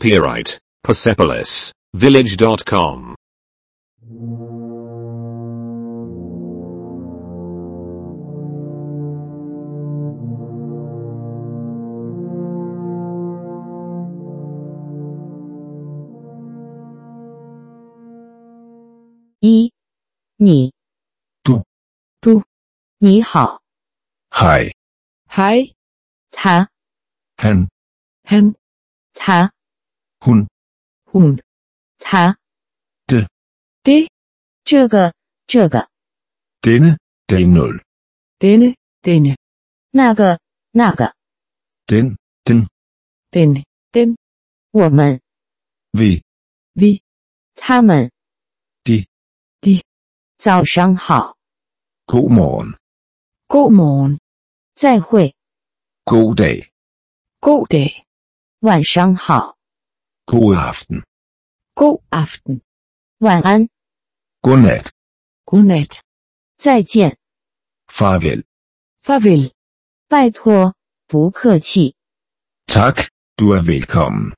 Copyright Persepolis Village.com. 一，你 du 猪，你好， Hi, 嗨，他 hen, hen, 他 hun, hun, 他 det, 这个这个 denne, del 0, denne, denne, 那个那个， den, den, denne, den, 我们 vi, vi, 他们 de, 早上好， god morgen, god morgen, 再会， god dag, god dag, 晚上好， god aften, god aften, 晚安， godnat, godnat, 再见， farvel, farvel, 拜托，不客气， tak, du er velkommen,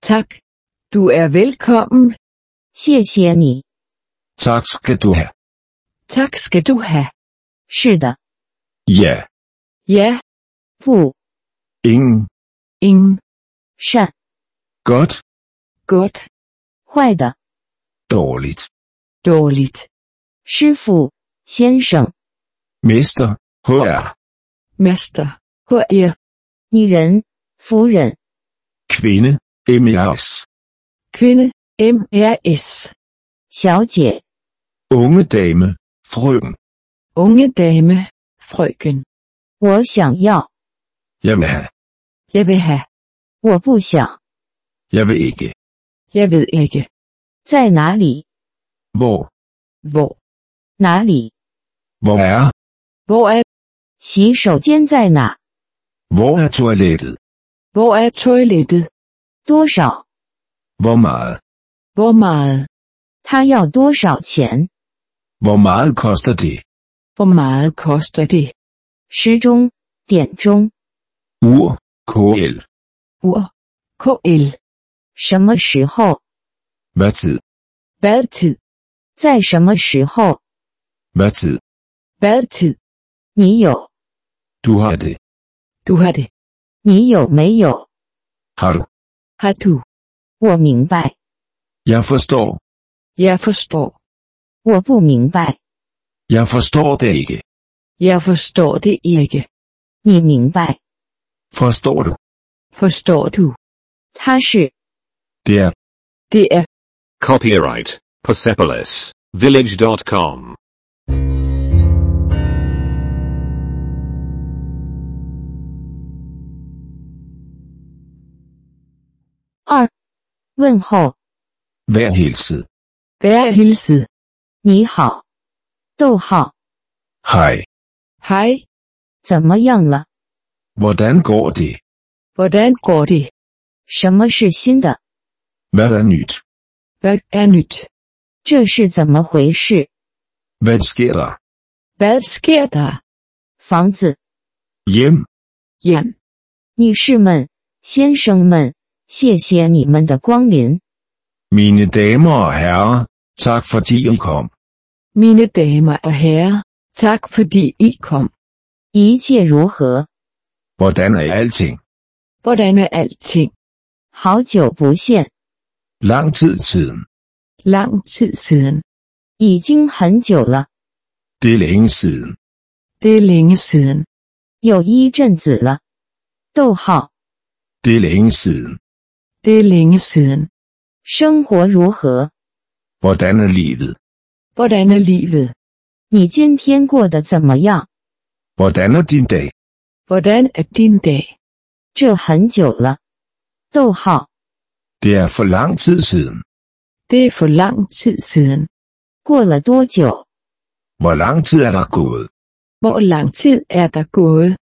tak, du er velkommen, 谢谢你。 tak skal du have, tak skal du have, 是的， ja, ja, 不 ingen, ingen, 善， godt, godt, 坏的， dårligt, dårligt, 师傅，先生， mester, hr, mester, hr, 女人，夫人， kvinde, E mrs, kvinde, mrs, 小姐， unge dame, frøken, unge dame, frøken, 我想要， jeg vil have, jeg vil have, 我不想， jeg vil ikke, jeg ved ikke, 在哪里？ hvor, hvor, 哪里？ hvor er, hvor er, 洗手间在哪？ hvor er toilettet, hvor er toilettet, 多少？ hvor meget, hvor meget, 他要多少钱？ hvor meget koster det, hvor meget koster det, 时钟，点钟， ur, kl, ur, kl, 什么时候？ hvad tid, hvad tid, 在什么时候？ hvad tid, hvad tid, 你有？ du har det, du har det, 你有没有？ har du, har du, 我明白， jeg forstår, jeg forstår, 我不明白， jeg forstår det ikke, jeg forstår det ikke, 你明白？ forstår du, forstår du, 他是 det er, det er Copyright Persepolis Village.com. 二，问候， vær hilset, vær hilset, 你好，逗号， hej, hej, 怎么样了？ hvordan går det, hvordan går det, 什么是新的？ hvad er nyt, hvad er nyt, 这是怎么回事？ hvad sker der, hvad sker der, 房子， hjem, hjem, 女士们、先生们，谢谢你们的光临。 mine damer og herrer, tak fordi I kom, mine damer og herrer, tak fordi I kom, 一切如何？ hvordan er alting, hvordan er alting, 好久不见， lang tid siden, lang tid siden, 已经很久了， det er længe siden, det er længe siden, 有一阵子了。逗号， det er længe siden, det er længe siden, 生活如何？ hvordan er livet, hvordan er livet, 你今天过得怎么样？ hvordan er din dag, hvordan er din dag, 这很久了。逗号， det er for lang tid siden, det er for lang tid siden, 过了多久？ hvor lang tid er der gået, hvor lang tid er der gået,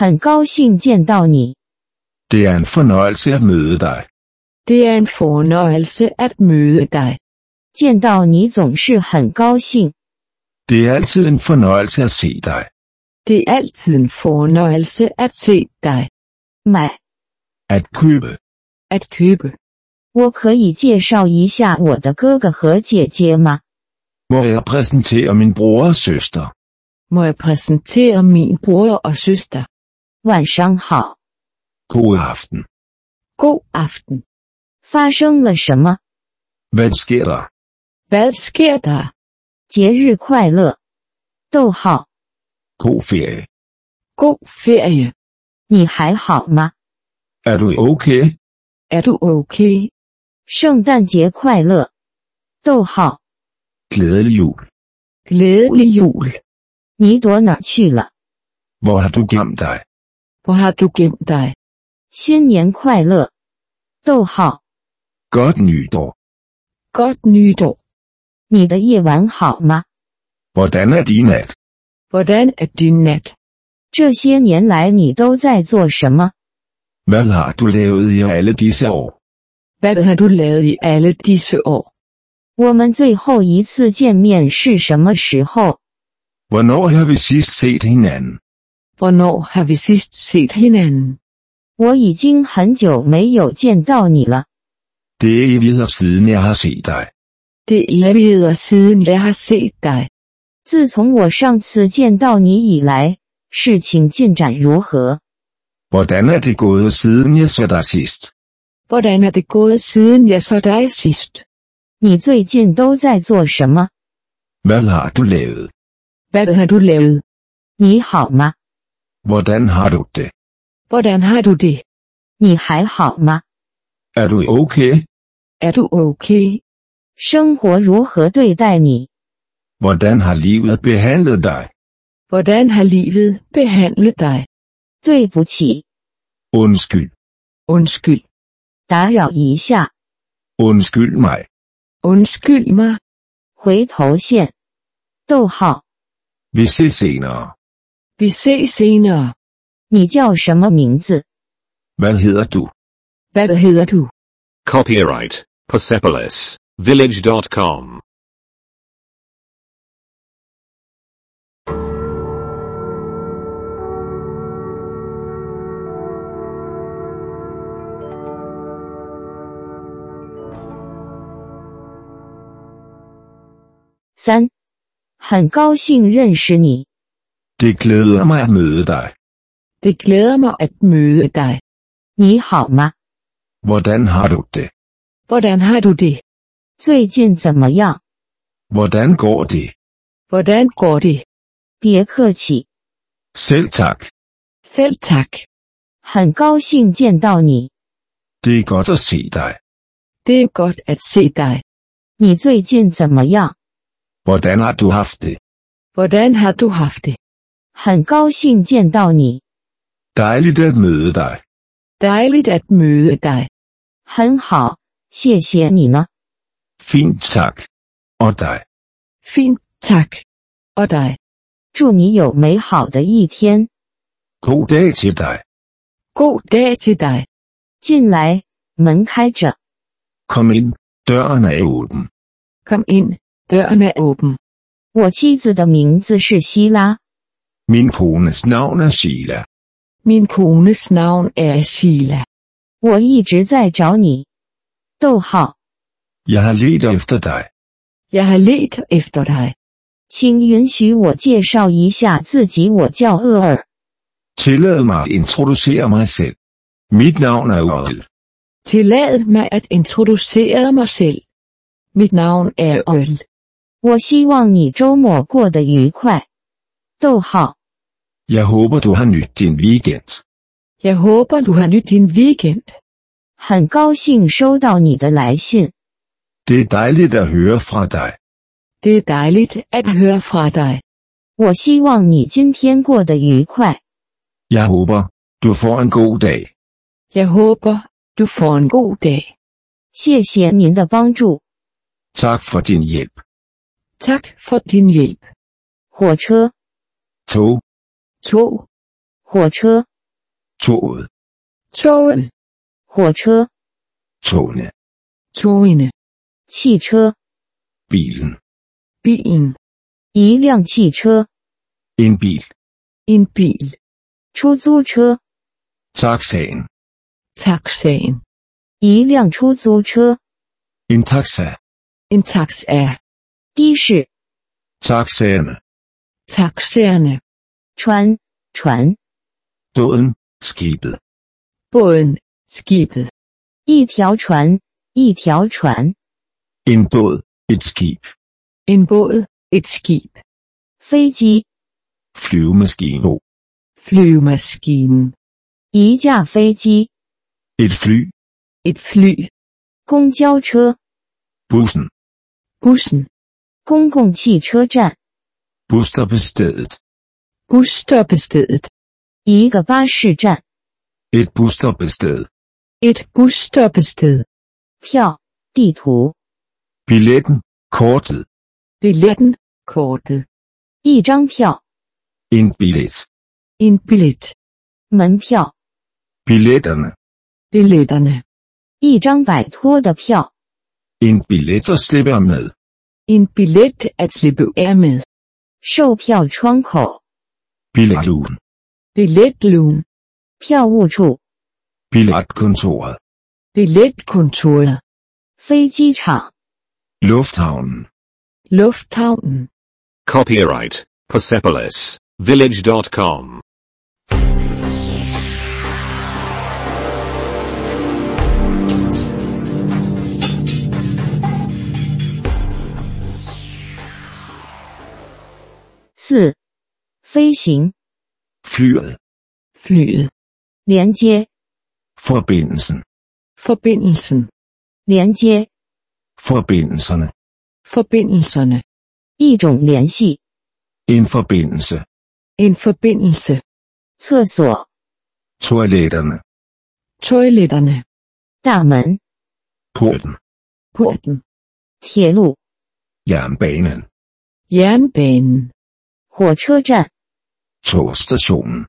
很高兴见到你， det er en fornøjelse at møde dig, Det er en fornøjelse at møde dig. 见到你总是很高兴。 det er altid en fornøjelse at se dig, Det er altid en fornøjelse at se dig. 买 at købe, at købe. 我可以介绍一下我的哥哥和姐姐吗？ Må jeg præsentere min bror og søster? Må jeg præsentere min bror og søster? 晚上好， God aften. God aften. 发生了什么？ Hvad sker der? Hvad sker der? 节日快乐。逗号， God ferie. God ferie. 你还好吗？ Er du okay? Er du okay? 圣诞节快乐。逗号， Glædelig jul. Glædelig jul. 你躲哪儿去了？ Hvor har du gemt dig? Hvor har du gemt dig? 新年快乐。逗号， Godt nytår. Godt nytår. 你的夜晚好吗？ Hvordan er din nat? Hvordan er din nat? 这些年来你都在做什么？ Hvad har du lavet i alle disse år? Hvad har du lavet i alle disse år? 我们最后一次见面是什么时候？ Hvornår har vi sidst set hinanden? Hvornår har vi sidst set hinanden? 我已经很久没有见到你了。 Det er evigheder siden jeg har set dig. Det er evigheder siden jeg har set dig. 自从我上次见到你以来，事情进展如何？ Hvordan er det gået siden jeg så dig sidst? Hvordan er det gået siden jeg så dig sidst? 你最近都在做什么？ Hvad har du lavet? Hvad har du lavet? 你好吗？ Hvordan har du det? Hvordan har du det? 你还好吗？ Er du okay? Er du okay? 生活如何对待你？ Hvordan har livet behandlet dig? Hvordan har livet behandlet dig? 对不起， Undskyld. Undskyld. 打扰一下， Undskyld mig. Undskyld mig. 回头线。逗号， Vi ses senere. Vi ses senere. 你叫什么名字？ Hvad hedder du? Hvad hedder du? Copyright Persepolis Village.com. 三，很高兴认识你。 Det glæder mig at møde dig. Det glæder mig at møde dig. 你好吗？ Hvordan har du det? Hvordan har du det? 最近怎么样？ Hvordan går det? Hvordan går det? 别客气， Selv tak. Selv tak. 很高兴见到你。 Det er godt at se dig. Det er godt at se dig. 你最近怎么样？ Hvordan har du haft det? Hvordan har du haft det? 很高兴见到你， Dejligt at møde dig. Dejligt at møde dig. 很好，谢谢你呢。 Fint tak. Og dig. Fint, tak. Og dig. 祝你有美好的一天。 God dag til dig. God dag til dig. 进来，门开着。 Kom ind. Døren er åben. Kom ind. Døren er åben. 我妻子的名字是希拉， Min kones navn er Sheila. Min kones navn er Sheila. 我一直在找你。逗号， Jeg har let efter dig. Jeg har let efter dig. 请允许我介绍一下自己，我叫厄尔。 Tillad mig at introducere mig selv. Mit navn er Oel. Tillad mig at introducere mig selv. Mit navn er Øl. 我希望你周末过得愉快。逗号， Jeg håber du har nyt din weekend. Jeg håber, du har nyt din weekend. 很高兴收到你的来信。 Det er dejligt at høre fra dig. Det er dejligt at høre fra dig. 我希望你今天过得愉快。 Jeg håber du får en god dag. Jeg håber, du får en god dag. 谢谢您的帮助。 Tak for din hjælp. Tak for din hjælp. 火车， Tog, Tog. 火车， toget, Toget. 火车， togene, Togene. 汽车， bilen, Bilen. 一辆汽车， en bil, En bil. 出租车， taxaen, Taxaen. 一辆出租车、 En taxa. En taxa. 的士、 Taxaerne. Taxaerne. 船、船、 Båden. Skibet. Båden. Skibet. 一条船、一条船、 En båd. Et skib. En båd. Et skib. 飞机、 Flyvemaskine. Flyvemaskinen. 一架飞机、 Et fly. Et fly. 公交车、 Bussen. Bussen. 公共汽车站、 Busstoppestedet. Busstoppestedet. 一个巴士站、 Et busstoppested. Et busstoppested. 票、地图、 Billetten. Kortet. Billetten. Kortet. 一张票、 En billet. En billet. 门票、 Billetterne. Billetterne. 一张摆脱的票、 En billet at slippe ham med. En billet at slippe af med. 售票窗口、 Billetlugen. Billetlugen. 票务处、 Billetkontoret. Billetkontoret. 飞机场。 Lufthavnen. Lufthavnen. Copyright Persepolis Village.com. 四、飞行、 Flyet. Flyet. 连接、 Forbindelsen. Forbindelsen. 连接、 Forbindelserne. Forbindelserne. 一种联系、 En forbindelse. En forbindelse. 厕所、 Toiletterne. Toiletterne. 大门、 Porten. Porten. 铁路、 Jernbanen. Jernbanen. 火车站。 Togstationen.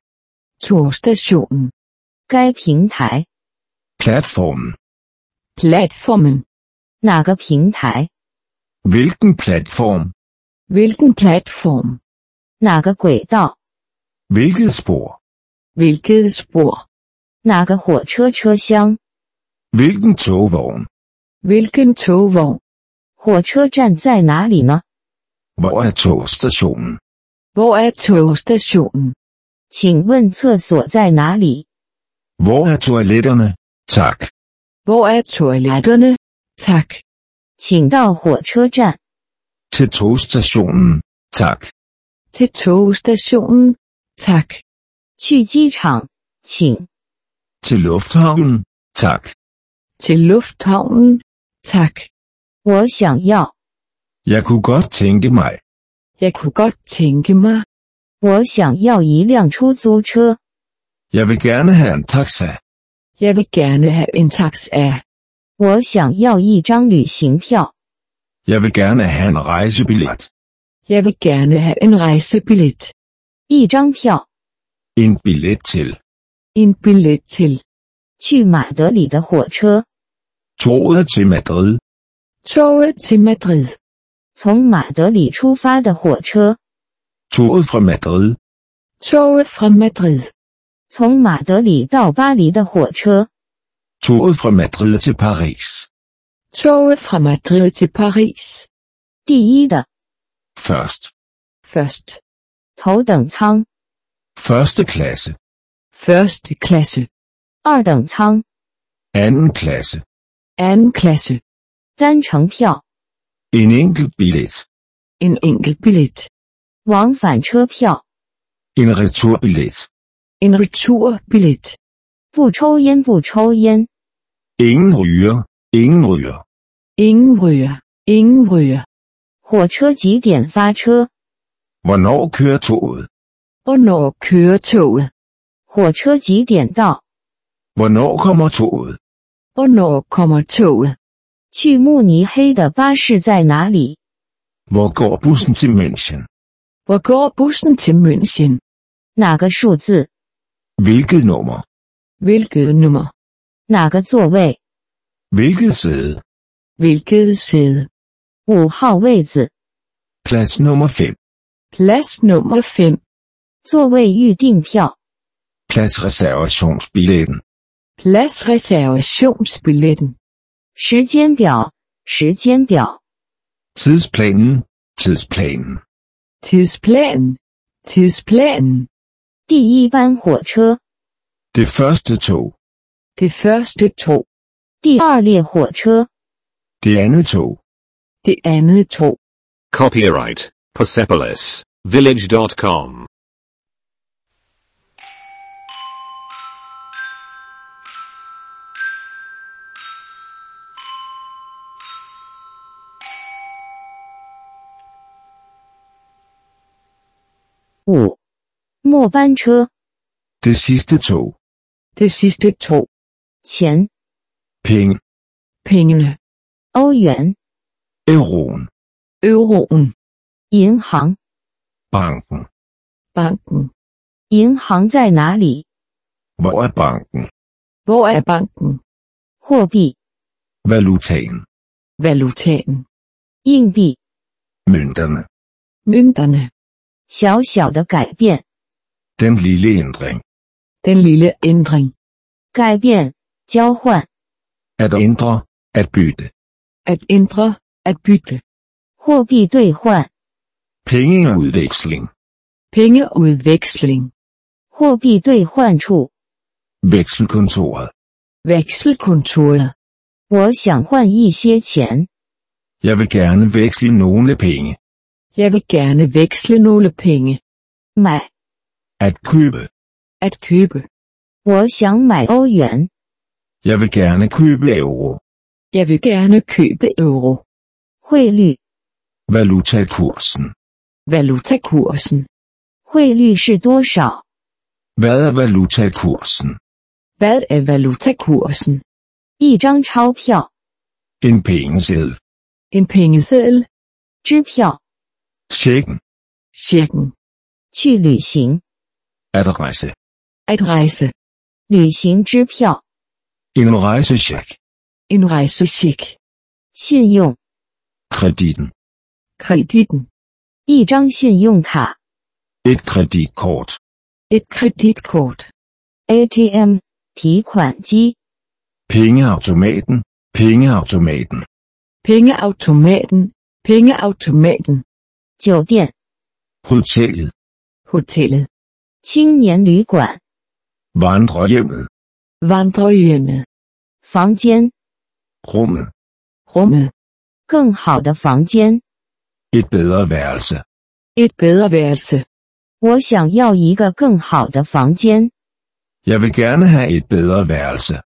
Torstationen. 该平台 Platformen. Platformen. 哪个平台？ Hvilken platform? Hvilken platform? 哪个轨道？ Hvilket spor? Hvilket spor? 哪个火车车厢？ Hvilken togvogn? Hvilken togvogn? 火车站在哪里呢？ Hvor er togstationen? Hvor er togstationen? 请问厕所在哪里？ Hvor er toiletterne? Tak. Hvor er toiletterne? Tak. 请到火车站。 Til togstationen. Tak. Til togstationen? Tak. 去机场，请 Til lufthavnen. Tak. Til lufthavnen? Tak. 我想要， Jeg kunne godt tænke mig. Jeg kunne godt tænke mig. 我想要一辆出租车。 Jeg vil gerne have en taxa. Jeg vil gerne have en taxa. 我想要一张旅行票。 Jeg vil gerne have en rejsebillet. Jeg vil gerne have en rejsebillet. 一张票， En billet til. En billet til 去马德里的火车， Toget til Madrid. toget til Madrid. 从马德里出发的火车， Toget fra Madrid. Toget fra Madrid. 从马德里到巴黎的火车。 Toget fra Madrid til Paris. Toget fra Madrid til Paris. 第一的 Først. Først. 头等舱、 Første klasse. Første klasse. 二等舱、 Anden klasse. Anden klasse. 单程票、 En enkelt billet. En enkelt billet. 往返车票， En returbillet. En returbillet. 不抽烟不抽烟， Ingen ryger. Ingen ryger. Ingen ryger. Ingen ryger. 火车几点发车？ Hvornår kører toget? Hvornår kører toget? 火车几点到？ Hvornår kommer toget? Hvornår kommer toget? 去慕尼黑的巴士在哪里？ Hvor går bussen til München? Hvor går bussen til München? 哪个数字？ Hvilket nummer? Hvilket nummer? 哪个座位？ Hvilket sæde? Hvilket sæde? 五号位子， Plads nummer 5. Plads nummer 5. 座位预订票， Plads reservationsbilletten. Læs reservationsbilletten. 时间表，时间表， Tidsplanen, tidsplanen. Tidsplanen. Tidsplanen. 第一班火车， Det første tog, Det første tog. 第二列火车， det andet tog, Det andet tog. Copyright Persepolis Village.com. 五，末班车 det sidste tog, Det sidste tog. 钱， penge, Pengene. 欧元， euroen, Euroen. 银行， banken. Banken. 银行在哪里？ Hvor er banken? Hvor er banken? 货币， Valutaen, Valutaen. 硬币， mønterne, Mønterne. 小小的改变， den lille ændring. Den lille ændring. 改变，交换， At ændre, at bytte. At ændre. At bytte. 货币兑换， Pengeudveksling, Pengeudveksling. 货币兑换处， vekselkontoret. Vekselkontoret. 我想换一些钱， Jeg vil gerne veksle nogle penge. Jeg vil gerne veksle nogle penge. 买， At købe. At købe. 我想买欧元， Jeg vil gerne købe euro. Jeg vil gerne købe euro. 汇率， Valutakursen. Valutakursen. 汇率是多少？ Hvad er valutakursen? Hvad er valutakursen? 一张钞票， En pengeseddel. En pengeseddel. 支票， Checken. Checken. 去旅行， Adresse. At rejse. 旅行支票， En rejsecheck. En rejsecheck. 信用， Kreditten. Kreditten. 一张信用卡 Et kreditkort. Et kreditkort. ，ATM，提款机， Pengeautomaten. Pengeautomaten. Pengeautomaten. Pengeautomaten. 酒店， Hotellet. Hotellet. 青年旅馆， Vandrehjemmet. Vandrehjemmet. 房间， Rummet. Rummet. 更好的房间， Et bedre værelse. Et bedre værelse. 我想要一个更好的房间， Jeg vil gerne have et bedre værelse.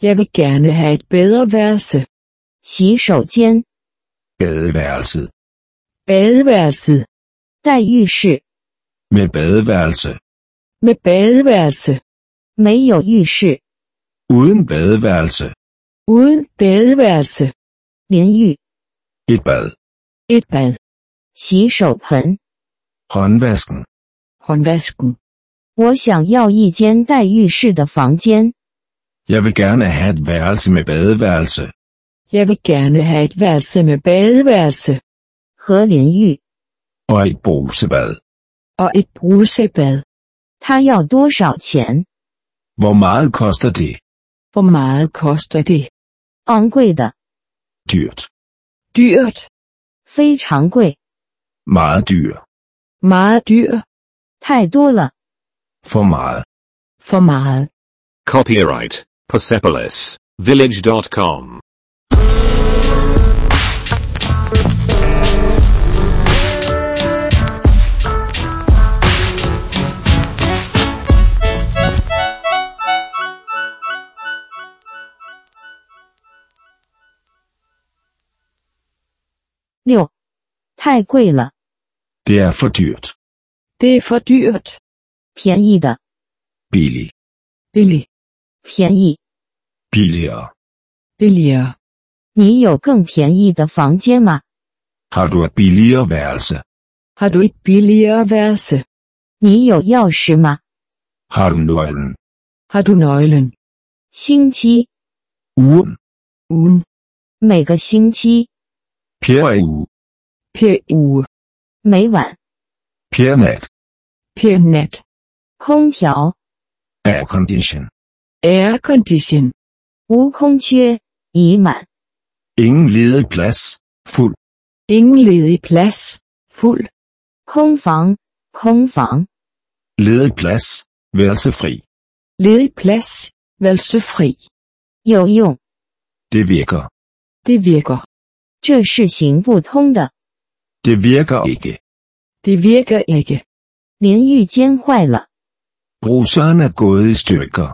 Jeg vil gerne have et bedre værelse. 洗手间， Badeværelset. Badeværelset. 带浴室， Med badeværelse. Med badeværelse. 没有浴室， Uden badeværelse. Uden badeværelse. 淋浴， Et bad. Et bad. 洗手盆。 Håndvasken. Håndvasken. 我想要一间带浴室的房间， Jeg vil gerne have et værelse med badeværelse. Jeg vil gerne have et værelse med badeværelse. 和淋浴。 Og et brusebad. Og et brusebad. 他要多少钱？ Hvor meget koster det? Hvor meget koster det? 昂贵的， Dyrt. Dyrt. 非常贵， Meget dyr. Meget dyr. 太多了。 For meget. For meget. Copyright Persepolis Village.com. 六，太贵了， Det er for dyrt. Det er for dyrt. 便宜的， Billig. Billig. 便宜。 Billigere. Billigere. 你有更便宜的房间吗？ Har du et billigere værelse? Har du et billigere værelse? 你有钥匙吗？ Har du nøglen? Har du nøglen? 星期， Uren. Ugen. 每个星期， Per uge. Per uge. 每晚， Per nat. Per nat. 空调， Air condition. Air condition. 无空缺，已满。 Ingen ledig plads. Fuld. Ingen ledig plads. Fuld. 空房，空房。 Ledig plads. Værelse fri. Ledig plads. Værelse fri. 有用， Det virker. Det virker. 这是行不通的。 Det virker ikke. Det virker ikke. 淋浴间坏了， Bruseren er gået i stykker.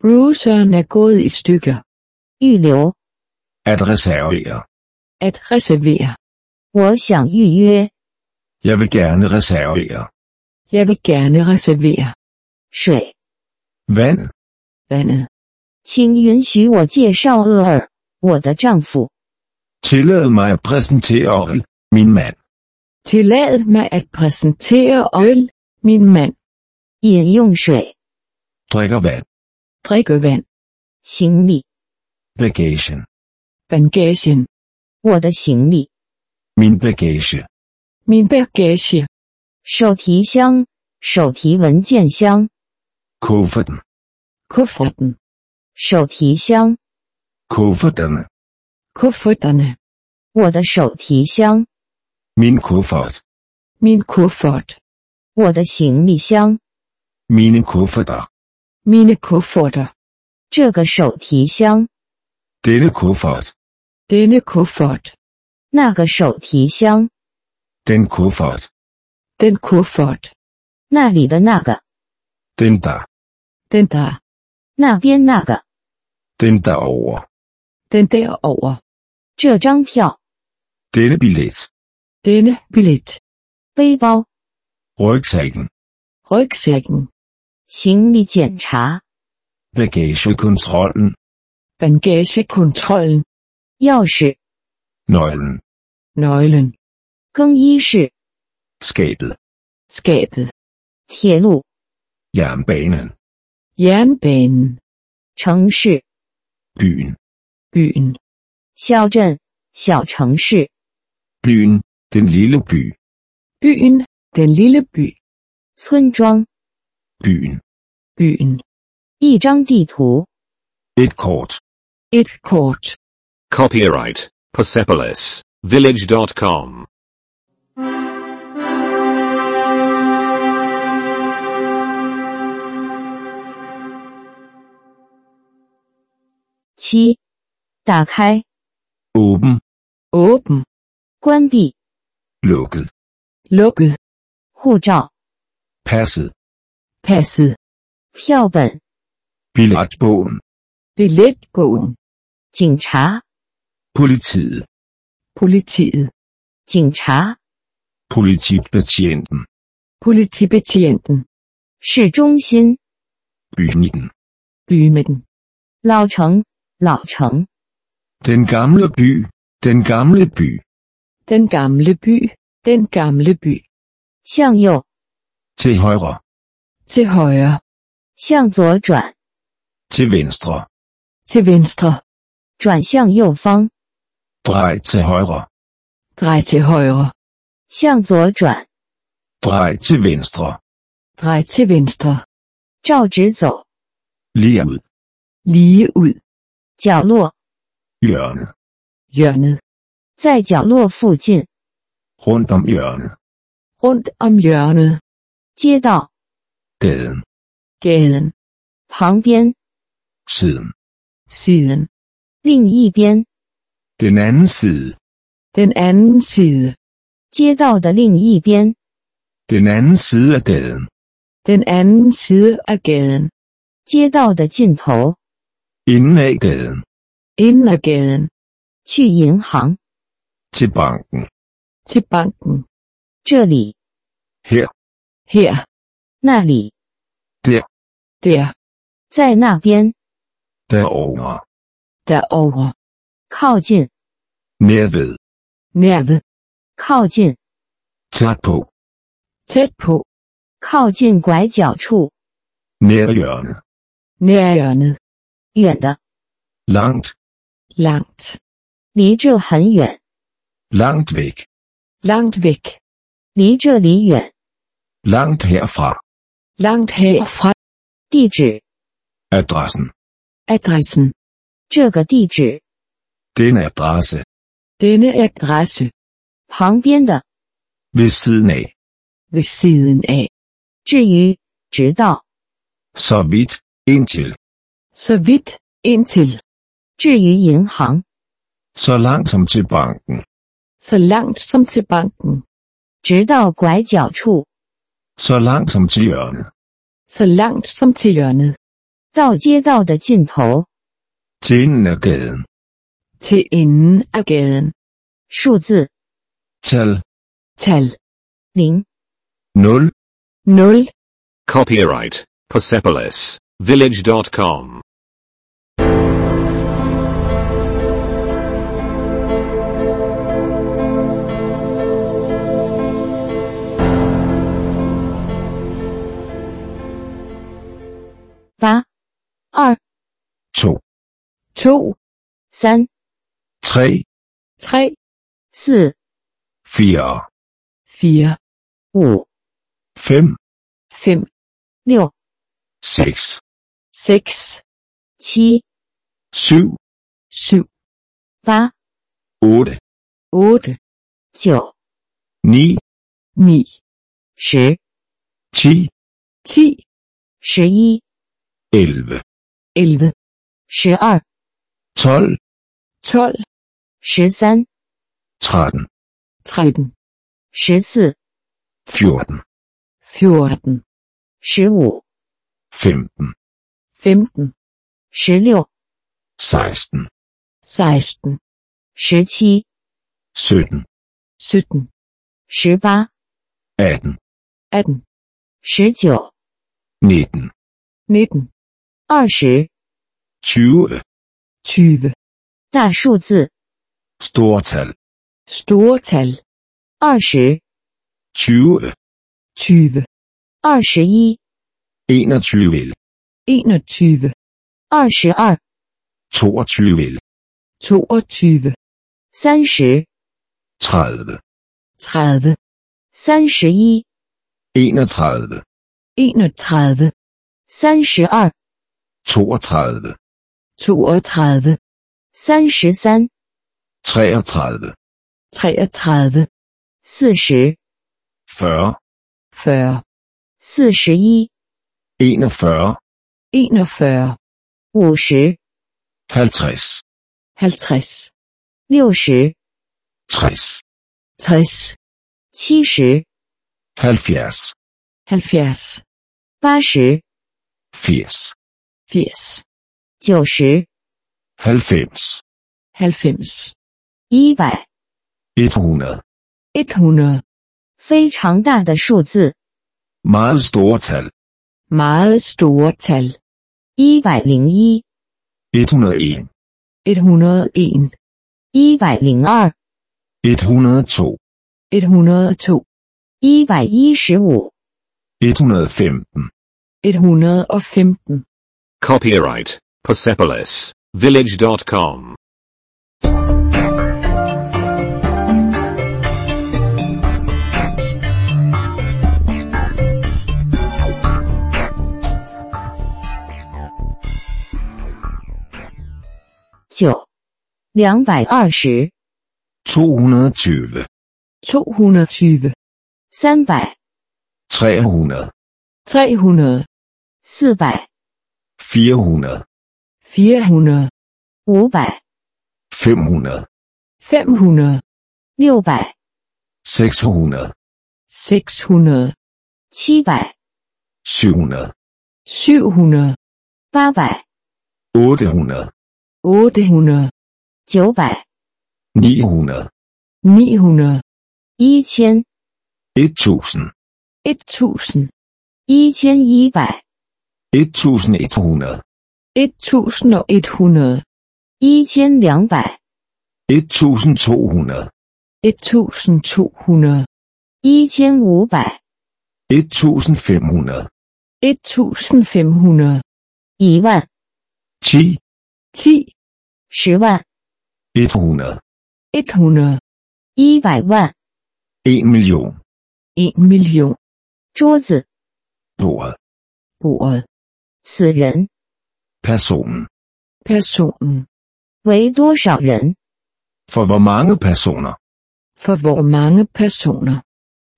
Bruseren er gået i stykker. 预留。 At reservere. At reservere. 我想预约 Jeg vil gerne reservere. Jeg vil gerne reservere. 水， Vand. Vandet. 请允许我介绍厄尔，我的丈夫。 Tillad mig at præsentere Orl, min mand. Tillad mig at præsentere øl, min mand. 饮用水， Drikker vand. Drikkevand. 行李， Bagagen. Bagagen. 我的行李， Min bagage. Min bagage. 手提箱，手提文件箱， Kufferten. Kufferten. 手提箱， Kufferterne. Kufferterne. 我的手提箱， Min kuffert. Min kuffert. 我的行李箱。 Mine kufferter. Mine kufferter. 这个手提箱， Denne kuffert. Denne kuffert. 那个手提箱， Den kuffert. Den kuffert. 那里的那个， Den der. Den der. 那边那个， Den derover. Den derover. 这张票， Denne billet. Denne billet. 背包， Rygsækken. Rygsækken. 行李检查， Bagagekontrollen. Bagagekontrollen. 钥匙， Nøglen. Nøglen. 更衣室， Skabet. Skabet. 铁路， Jernbanen. Jernbanen. 城市， Byen. Byen. 小镇，小城市， Byen. Den lille by. Byen. Den lille by. 村庄， Byen. Byen. 一张地图， Et kort. Et kort. Copyright Persepolis Village.com. 七，打开， Åben. Åben. 关闭， Lukket. Lukket. 护照， Passet. Passet. 票本， Billetbogen. Billetbogen. 警察， Politiet. Politiet. 警察， Politibetjenten. Politibetjenten. 市中心， Bymidten. Bymidten. 老城，老城， Den gamle by. Den gamle by. Den gamle by. Den gamle by. 向右， Til højre. Til højre. 向左转， Til venstre. Til venstre. 转向右方， Drej til højre. Drej til højre. 向左转， Drej til venstre. Drej til venstre. 照直走， Lige ud. Lige ud. 角落， Hjørnet. Hjørnet. 在角落附近， Rundt om hjørnet. Rundt om hjørnet. 街道 Gaden. Gaden. 旁边， Siden. Siden. 另一边， Den anden side. Den anden side. 街道的另一边， Den anden side af gaden. Den anden side af gaden. 街道的尽头， Inden af gaden. Inden af gaden. 去银行， Til banken. Til banken. 这里， Her. Her. 那里， Der. 在那边， Derovre. Derovre. 靠近， Nærved. Nærved. 靠近， Tæt på. Tæt på. 靠近拐角处， Nær hjørnet. Nær hjørnet. 远的， Langt. Langt. 离这很远， Langt væk. Langt væk. 离这里远， Langt herfra. Langt herfra. 地址。 Adressen. Adressen. 这个地址 Denne adresse. Denne adresse. 旁边的， Ved siden af. Ved siden af. 至于直到， Så vidt. Indtil. Så vidt. Indtil. 至于银行， Så langt som til banken. Så langt som til banken. 直到拐角处， Så langt som til hjørnet. Så langt som til hjørnet. 到街道的尽头， Til enden af gaden. Til enden af gaden. 数字 Tal. Tal. 零。 0. 0. Copyright Persepolis Village.com. 八、二、 2. 2. 三、 3. 3. 四、 4. 4. 五、 5. 5. 六、 6. 6. 七、 7. 7. 八、 8. 8. 九、 9. 9. 十、 10. 10. 十一、 11. 11. 十二、 12. 12. 十三、 13. 13. 十四、 14. 14. 十五、 15. 15. 十六、 16. 16. 十七、 17. 17. 十八、 18. 18. 十九、 19. 19. 二十， 20. 20. 大数字， Store tal. Store tal. 二十、 20. 20. 二十一、 21. 21. 二十二、 22. 22. 三十、 30. 30. 三十一、 31. 31. 三十二、 32. 32. 三十三、 33. 33. 四十、 40. 40. 四十一、 41. 41. 五十、 50. 50. 六十、 60. 60. 七十、 70. 70. 八十、 80. 80. 九十、 90. 90. 一百， 100. 100. 非常大的数字， Meget store tal. Meget store tal. 一百零一、 101. 101. 一百零二、 102. 102. 一百一十五、 115. 115. Copyright Persepolis Village.com. Persepolis，Village.com，九，两百二十、 220. 220. 三百、 300. 300. 四百、 400. 400. 五百、 500. 500. 六百、 600. 600. 七百、 700. 700. 八百、 800. 800. 九百、 900. 900. 一千、 1000. 1000. 一千一百、 1100. 1100. 一千两百、 1200. 1200. 一千五百、 1500. 1500. 一万、 10. 10. 十万、 100. 100. 一百万。 1 million. 1 million. 桌子、 Bordet. Bordet. 此人、 Personen. Personen. 为多少人？ For hvor mange personer? For hvor mange personer?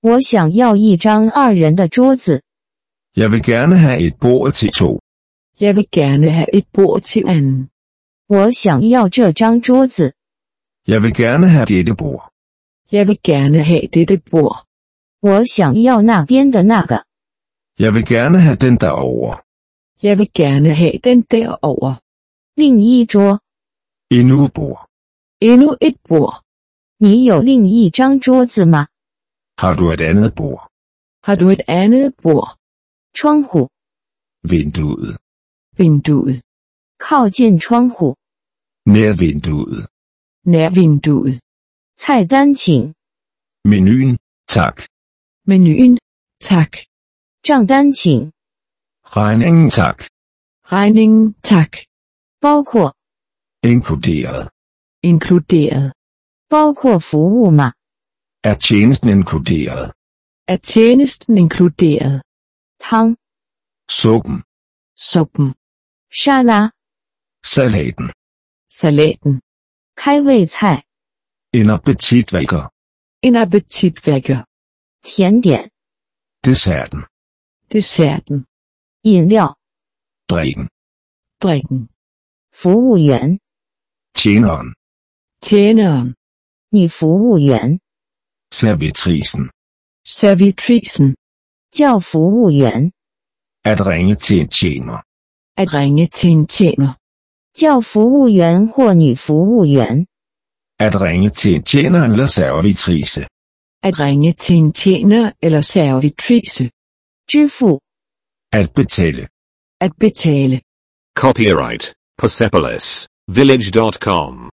我想要一张二人的桌子。 Jeg vil gerne have et bord til to. Jeg vil gerne have et bord til anden. 我想要这张桌子。 Jeg vil gerne have dette bord. Jeg vil gerne have dette bord. 我想要那边的那个。 Jeg vil gerne have den derovre. Jeg vil gerne have den derover. 另一桌， Endnu et bord. Endnu et bord. 你有另一张桌子吗？ Har du et andet bord? Har du et andet bord? 窗户， Vinduet. Vinduet. 靠近窗户。 Nær vinduet. Nær vinduet. 菜单请， Menuen. Tak. Menuen. Tak. 账单请， Regningen tak. Regningen. Tak. 包括， Inkluderet. Inkluderet. 包括服务吗？ Er tjenesten inkluderet? Er tjenesten inkluderet? 汤、 Suppen. Suppen. 沙拉、 Salaten. Salaten. 开胃菜、 En appetitvækker. En appetitvækker. 甜点、 Desserten. Desserten. 饮料、 Drikken. Drikken. 服务员， Tjeneren. Tjeneren. 女服务员、 Servitrisen. Servitrisen. 叫服务员、 At ringe til en tjener. At ringe til en tjener. 叫服务员或女服务员、 At ringe til en tjener eller servitrice. At ringe til en tjener eller servitrice. 支付、 At betale. At betale. Copyright Persepolis Village.com.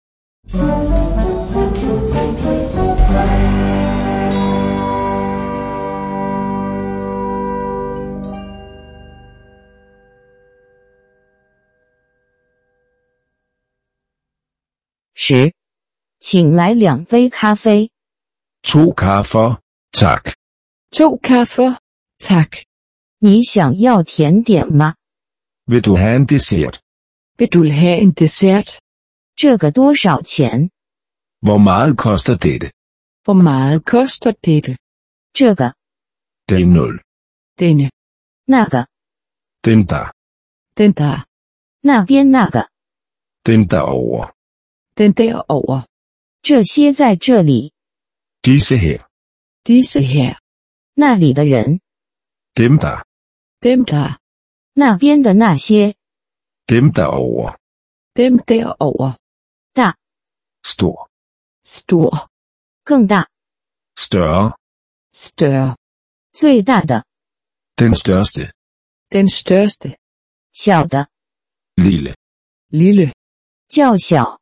十，请来两杯咖啡。 To kaffer. Tak. To kaffer. Tak. 你想要甜点吗？ Vil du have en dessert? Vil du have en dessert? 这个多少钱？ Hvor meget koster dette? Hvor meget koster dette? 这个、 Den 0. Denne. 那个、 Den der. Den der. 那边那个， Den derovre. Den derover. 这些在这里， Disse her. Disse her. 那里的人， Dem der. Dem der. 那边的那些， Dem derovre. Dem derover. 大、 Stor. Stor. 更大、 Større. Større. 最大的、 Den største. Den største. 小的、 Lille. Lille. 较小、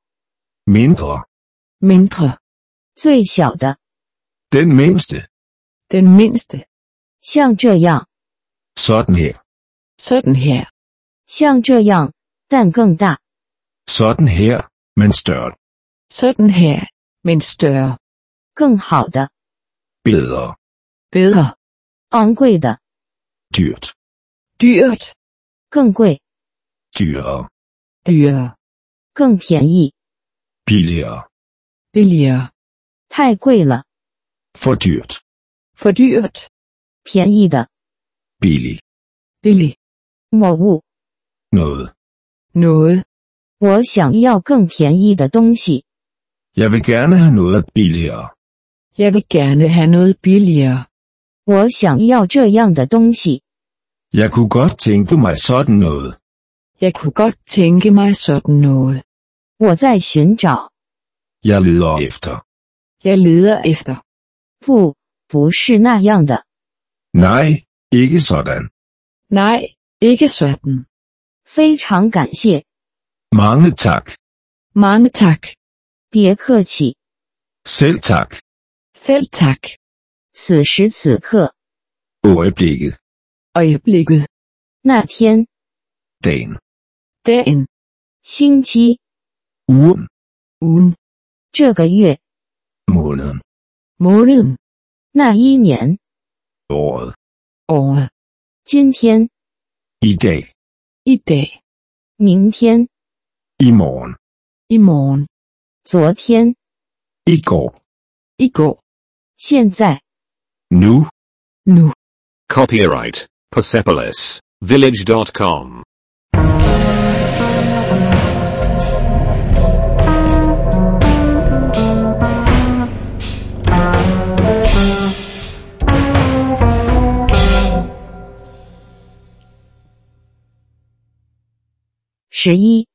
Mindre. Mindre. 最小的， Den mindste. Den mindste. 像这样， Sådan her. Sådan her. 像这样，但更大， Sådan her. Men større. Sådan her. Men større. 更好的， Bedre. Bedre. 昂贵的， Dyrt. Dyrt. 更贵， Dyrere. Dyrere. 更便宜， Billigere. Billigere. 太贵了， For dyrt. For dyrt. 便宜的 Billig. Billig. 某物， Noget. Noget. 我想要更便宜的东西， Jeg vil gerne have noget billigere. Jeg vil gerne have noget billigere. 我想要这样的东西。 Jeg kunne godt tænke mig sådan noget. Jeg kunne godt tænke mig sådan noget. 我在寻找， Jeg leder efter. Jeg leder efter. 不，不是那样的。 Nej, ikke sådan. Nej, ikke sådan. 非常感谢， Mange tak. Mange tak. 别客气。 Selv tak. Selv tak. 此时此刻， Øjeblikket. Øjeblikket. 那天， Dagen. Dagen. 星期， Ugen. Ugen. 这个月， Måneden. Måneden. 那一年， Året. Året. 今天， I dag. I dag. 明天， I morgen. I morgen. 昨天、 I går. I går. 现在、 Nu. Nu. Copyright Persepolis Village.com. «十一